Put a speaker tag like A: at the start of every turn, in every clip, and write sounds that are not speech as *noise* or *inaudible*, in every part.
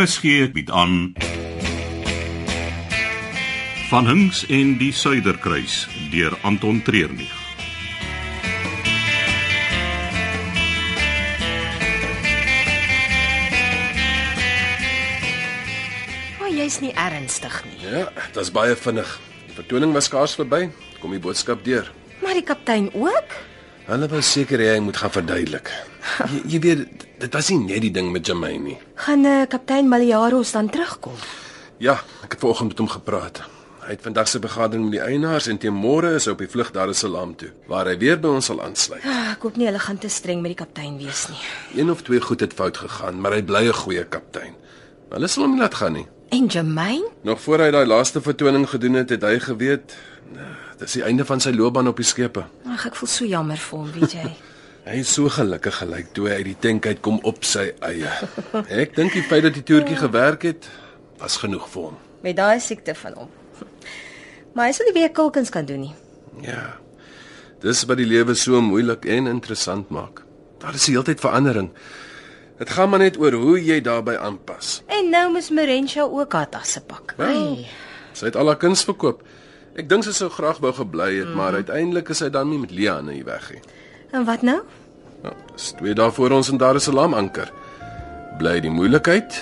A: RSG bied aan Van Hinks en die Suiderkruis deur Anton Treurnig.
B: O, oh, jy's nie ernstig nie.
C: Ja, dit was baie vinnig. Die vertoning was skaars verby, kom die boodskap deur.
B: Maar die kaptein ook?
C: Hulle was seker hy moet gaan verduidelik. Jy, jy weet, dit was nie net die ding met Jermaine nie.
B: Gaan eh, kaptein Maliaros dan terugkom?
C: Ja, ek het vanoggend met hom gepraat. Hy het vandag se vergadering met die eienaars en teen môre is hy op die vlug daar in Salam toe, waar hy weer by ons sal aansluit.
B: Ah, Ek hoop nie hulle gaan te streng met die kaptein wees nie.
C: Een of twee goed het fout gegaan, maar hy bly 'n goeie kaptein. Maar hulle sal hom nie laat gaan nie.
B: En Germaine?
C: Nog voor hy daai laaste vertoning gedoen het, het hy geweet dit is die einde van sy loopbaan op die skepe.
B: Ag, ek voel so jammer vir hom, weet jy.
C: Hy is so gelukkig gelyk toe hy uit die tank uitkom op sy eie. Ek dink die feit dat die toertjie gewerk het, was genoeg vir hom.
B: *laughs* met daai siekte van hom. Maar hy sal nie weer kulkens kan doen nie.
C: Ja. Dis wat die lewe so moeilik en interessant maak. Daar is die hele tyd verandering. Dit gaan maar net oor hoe jy daarbey aanpas.
B: En nou moes Merentia ook haar tasse pak.
C: Wel, Sy het al haar kuns verkoop. Ek dink sy sou graag wou gebly het, maar uiteindelik is sy dan nie met Leanne hier weg nie.
B: En wat nou?
C: Nou, dis twee dae voor ons in Dar es Salaam anker. Bly die moeilikheid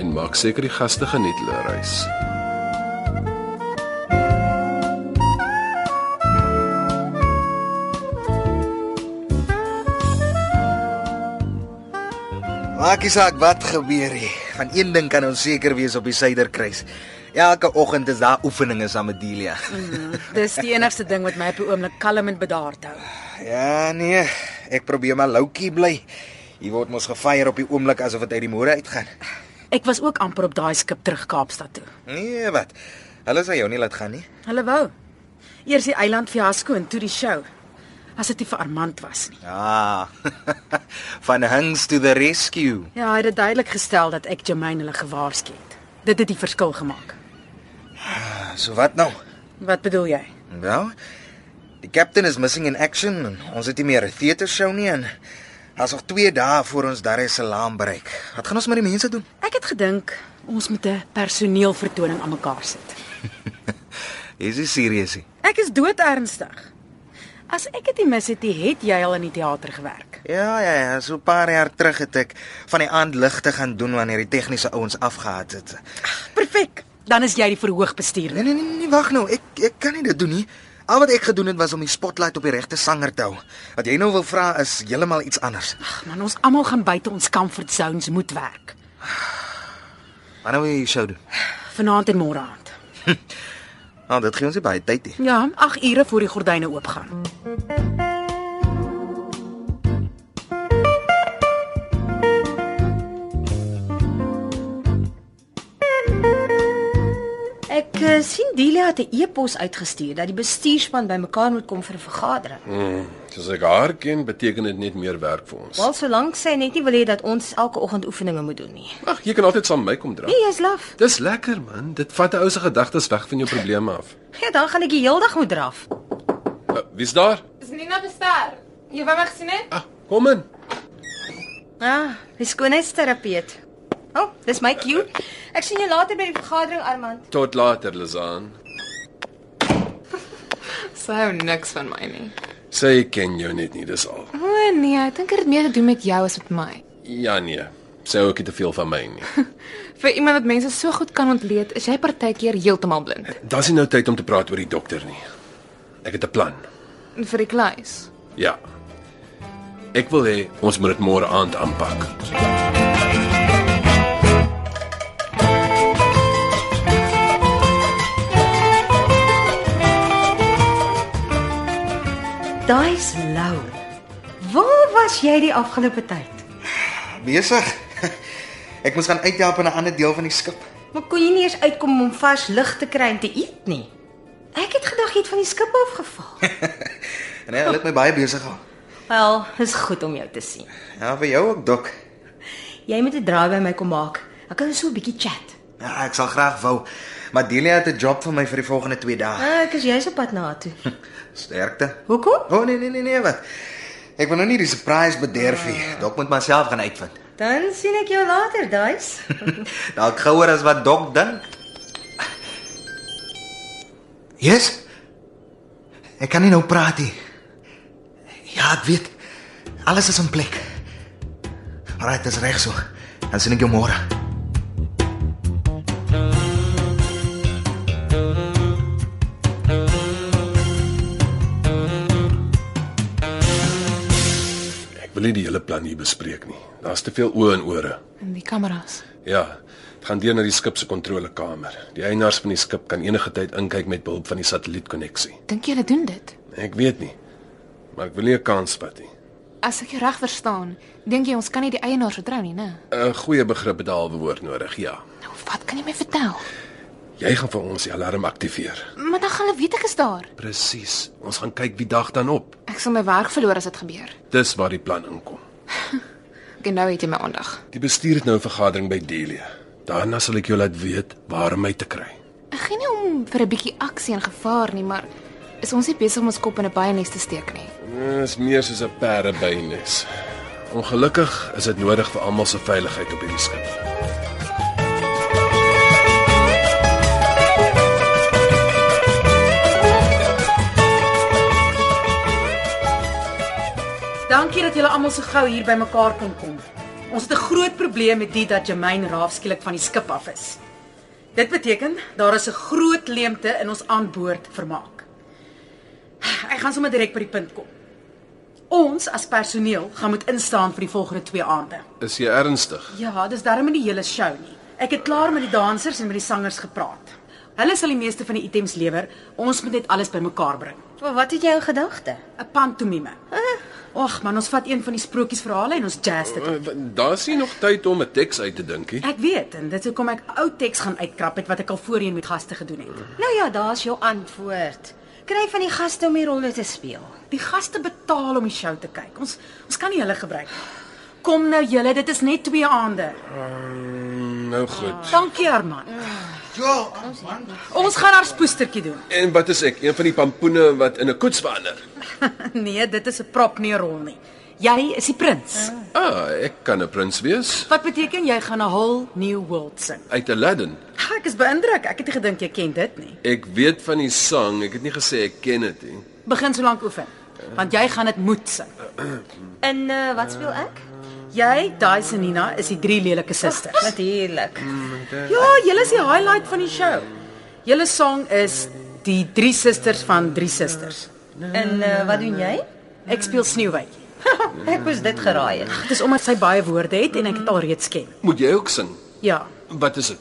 C: en maak seker die gaste geniet hulle reis.
D: Maak nie saak wat gebeur nie. Van een ding kan ons seker wees op die Suiderkruis. Elke oggend is daar oefeninge saam met Delia.
E: Dis die enigste ding wat my op die oomblik kalm en bedaard hou.
D: Ja, nee, ek probeer maar loukie bly. Hier word mos gefyer op die oomblik asof dit uit die môre uitgaan.
E: Ek was ook amper op daai skip terug Kaapstad toe.
D: Nee, wat? Hulle sal jou nie laat gaan nie.
E: Hulle wou eers die eiland fiasco en toe die show. As dit nie vir Armand was nie.
D: Ja. *laughs* Van Hinks to the rescue.
E: Ja, hy het dit duidelik gestel dat ek Germaine hulle gewaarsku het. Dit het die verskil gemaak.
D: So wat nou?
E: Wat bedoel jy?
D: Wel, die kaptein is missing in action en ons het nie meer 'n teatershow nie en daar's nog 2 dae voor ons Dar es Salaam bereik. Wat gaan ons met die mense doen?
E: Ek het gedink ons moet 'n personeelvertoning aan mekaar sit.
D: Is jy serieus? nie?
E: Ek is dood ernstig. As ek dit nie mis het, nie, het jy al in die teater gewerk.
D: Ja, ja, ja, so 'n paar jaar terug het ek van die aand ligte gaan doen wanneer die tegniese ouens afgehaat het.
E: Perfek. Dan is jy die verhoogbestuurder.
D: Nee nee nee, nee wag nou, ek ek kan nie dit doen nie. Al wat ek gedoen het was om die spotlight op die regte sanger te hou. Wat jy nou wil vra is heeltemal iets anders.
E: Ag man, ons almal gaan buite ons comfort zones moet werk.
D: Wanneer nou wil jy die show doen?
E: Vanaand en môre aand.
D: Nou, dit gee ons nie baie tyd nie.
E: Ja, 8 ure voor die gordyne oopgaan.
B: Ek uh, sien Delia het 'n e-pos uitgestuur dat die bestuurspan bymekaar moet kom vir 'n vergadering.
C: Mm. Soos ek haar ken, beteken dit net meer werk vir ons.
B: Wel, solank sy net nie wil hê dat ons elke oggend oefeninge moet doen nie.
C: Ag, jy kan altyd saam met my kom dra.
B: Nee, jy's laf.
C: Dis lekker man, dit vat 'n ou se gedagtes weg van jou probleme af.
B: Ja, dan gaan ek die heel dag moet draf.
C: Uh, Wie's daar?
F: Dis Nina Bester. Jy wou my gesien het?
C: Ah, kom in.
B: Ah, die skoonheidsterapeut. O, oh, dis my cue. Ek sien jou later by die vergadering, Armand.
C: Tot later, Lizaan.
F: *laughs* Sy hou niks van my nie.
C: Sy ken jou net nie, dis al.
F: O nee, ek dink dit het meer te doen met jou as met my.
C: Ja nee, sy hou ook nie te veel van my nie.
F: *laughs* Vir iemand wat mense so goed kan ontleed, is jy partykeer heeltemal blind
C: Daar's nie nou tyd om te praat oor die dokter nie. Ek het 'n plan.
F: vir die kluis.
C: Ja. Ek wil hê ons moet dit môre aand aanpak.
B: Daai's Lou. Waar was jy die afgelope tyd?
D: Besig. *laughs* Ek moes gaan uithelp in 'n ander deel van die skip.
B: Maar kon jy nie eers uitkom om vars lug te kry en te eet nie? Ek het gedag jy het van die skip af
F: *laughs*
B: geval.
D: En hy het my baie besig gehou.
B: Wel, is goed om jou te sien.
D: Ja, vir jou ook, Dok.
B: Jy moet 'n draai by my kom maak. Ek kan so 'n bietjie chat.
D: Ja, ek sal graag wou, maar Delia het 'n job vir my vir die volgende 2 dae.
B: Ah, ek is jous op pad na
F: *laughs*
B: haar toe.
D: Sterkte.
B: Hoekom?
D: O oh, nee nee nee nee wat. Ek wil nou nie die surprise bederf nie. Dok moet myself gaan uitvind.
B: Dan sien ek jou later, Days.
D: Dalk gouer as wat Doc dink. Yes. Ek kan nie nou praat nie. Ja, ek weet. Alles is in plek. Alraai, dit is reg so. Dan sien ek jou môre.
C: Ek wil nie die hele plan hier bespreek nie. Daar's te veel oë en ore.
F: In die kameras.
C: Ja, dit gaan deur na die skip se kontrolekamer. Die eienaars van die skip kan enige tyd inkyk met behulp van die satellietkonneksie.
F: Dink jy hulle doen dit?
C: Ek weet nie, maar ek wil nie 'n kans vat nie.
F: As ek jou reg verstaan, dink jy ons kan nie die eienaars vertrou nie, né?
C: 'n Goeie begrip het daarvoor woord nodig, ja.
F: Nou, wat kan jy my vertel?
C: Jy gaan vir ons die alarm aktiveer.
F: Maar dan gaan hulle weet ek is daar.
C: Presies. Ons gaan kyk wie dag dan op.
F: Ek sal my werk verloor as dit gebeur.
C: Dis waar die plan inkom.
F: Ek nou het jy my aandag.
C: Die bestuur het nou 'n vergadering by Delia. Daarna sal ek jou laat weet waar om my te kry.
F: Ek gee nie om vir 'n bietjie aksie en gevaar nie, maar is ons nie besig om ons kop in 'n byenes te steek nie.
C: Dis Nee, meer soos 'n perdebynes. Ongelukkig is dit nodig vir almal se veiligheid op hierdie skip.
E: Dankie dat julle almal so gou hier bymekaar kon kom. Ons het 'n groot probleem met dit dat Jermaine Raaf skielik van die skip af is. Dit beteken daar is 'n groot leemte in ons aanboord vermaak. Ek gaan sommer direk by die punt kom. Ons as personeel gaan moet instaan vir die volgende twee aande.
C: Is jy ernstig?
E: Ja, dis darem nie die hele show nie. Ek het klaar met die dansers en met die sangers gepraat. Hulle sal die meeste van die items lewer. Ons moet net alles bymekaar bring.
B: Maar wat het jy in gedagte?
E: 'n Pantomime. Ag man, ons vat een van die sprokiesverhale en ons jazz dit. op.
C: Eh, wa- Daar's nie nog tyd om 'n teks uit te dink nie.
E: Ek weet en dit is hoekom ek ou teks gaan uitkrap het wat ek al voorheen met gaste gedoen het.
B: Nou ja, daar's jou antwoord. Kry van die gaste om die rolle te speel.
E: Die gaste betaal om die show te kyk. Ons ons kan nie hulle gebruik nie. Kom nou julle, dit is net twee aande.
C: Nou goed.
E: Dankie Arman.
D: Ja,
E: Ons gaan haar spoestertjie doen. *laughs*
C: En wat is ek? Een van die pampoene wat in 'n koets verander.
E: Nee, dit is 'n prop nie 'n rol nie. Jy is die prins.
C: Ah, ek kan 'n prins wees
E: Wat beteken jy gaan 'n whole new world sing?
C: uit Aladdin.
E: Ha, Ek is beïndruk. Ek het nie gedink jy ken dit nie.
C: Ek weet van die sang, ek het nie gesê ek ken dit nie.
E: Begin so lank oefen, want jy gaan dit moet sing.
B: En uh, wat speel ek?
E: Jy, Daisy en Nina is die drie lelike susters.
B: Natuurlik.
E: Ja, julle is die highlight van die show. Julle song is die drie susters van drie susters.
B: En uh, wat doen jy?
E: Ek speel sneeuwwitjie.
B: Ek moes dit geraai het.
E: Dit is omdat sy baie woorde het en ek dit al reeds ken.
C: Moet jy ook sing?
E: Ja,
C: Wat is dit?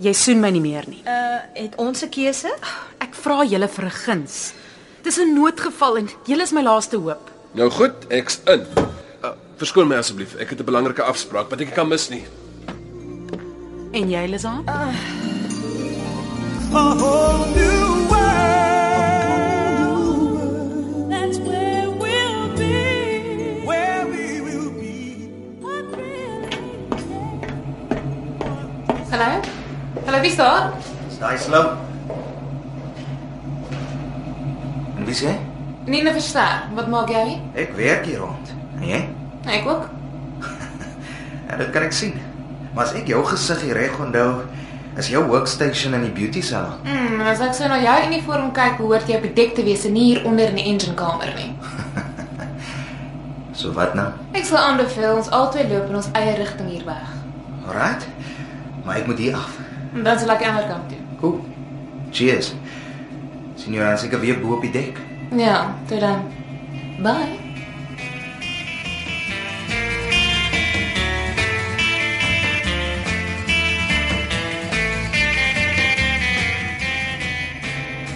E: jy soen my nie meer nie.
B: Uh, het ons 'n keuse?
E: Eh, Ek vra julle vir 'n guns. Dis 'n noodgeval en julle is my laaste hoop.
C: Nou goed, ek's in. Uh, verskoon my asseblief, ek het 'n belangrike afspraak wat ek nie kan mis nie.
E: En jy, Lisan?
G: That's where we'll be. Where we will be. What really
F: Hallo? Hallo, wie's daar?
D: daai slou. En wie sê?
F: Nina verstaan. Wat maak jy? Nou,
D: Ek werk hier rond. En jy?
F: Ek ook.
D: Ja, dit kan ek sien. Maar as ek jou gesig hier reg onthou, is jou workstation in die beauty salon.
F: Mm, as ek so na jou uniform kyk, behoort jy op die dek te wees en nie hier onder in die enjinkamer nie.
D: So wat nou?
F: Ek sal aanbeveel ons albei loop in ons eie rigting hier weg.
D: Alraight. Maar ek moet hier af.
F: En dan sal ek aan die ander kant toe.
D: Cool. Cheers. Sien jou as ek er weer bo op die dek.
F: Ja, tot dan. Bye.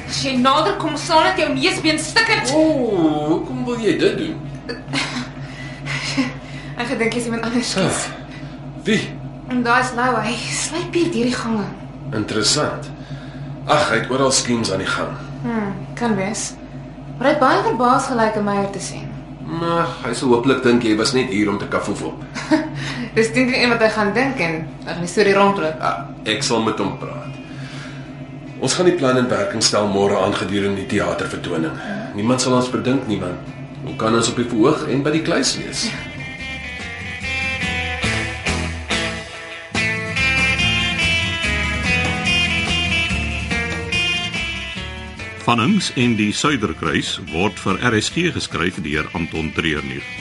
F: As jy nader kom, sal dit jou neusbeen stikkend.
C: O, oh, hoekom wil jy dit doen?
F: Ek gedink jy's iemand anders.
C: Ah, Wie?
F: En daai's nou, hy slyp hier deur die gange.
C: Interessant. Ag, hy het oral skemas aan die gang.
F: Hm, kan wees. Maar hy het baie verbaas gelyk om my hier te sien.
C: Maar hy sou hooplik dink jy was net hier om te kafoefel.
F: Dis dink ek iemand wat hy gaan dink en dan is dit rondloop.
C: Ah, ek sal met hom praat. Ons gaan die plan in werking stel môre aangedurende die teatervertoning. Niemand sal ons bedink nie want hoe kan ons op die verhoog en by die kluis wees?
A: Van Hinks en die Suiderkruis word vir RSG geskryf deur Anton Treurnig.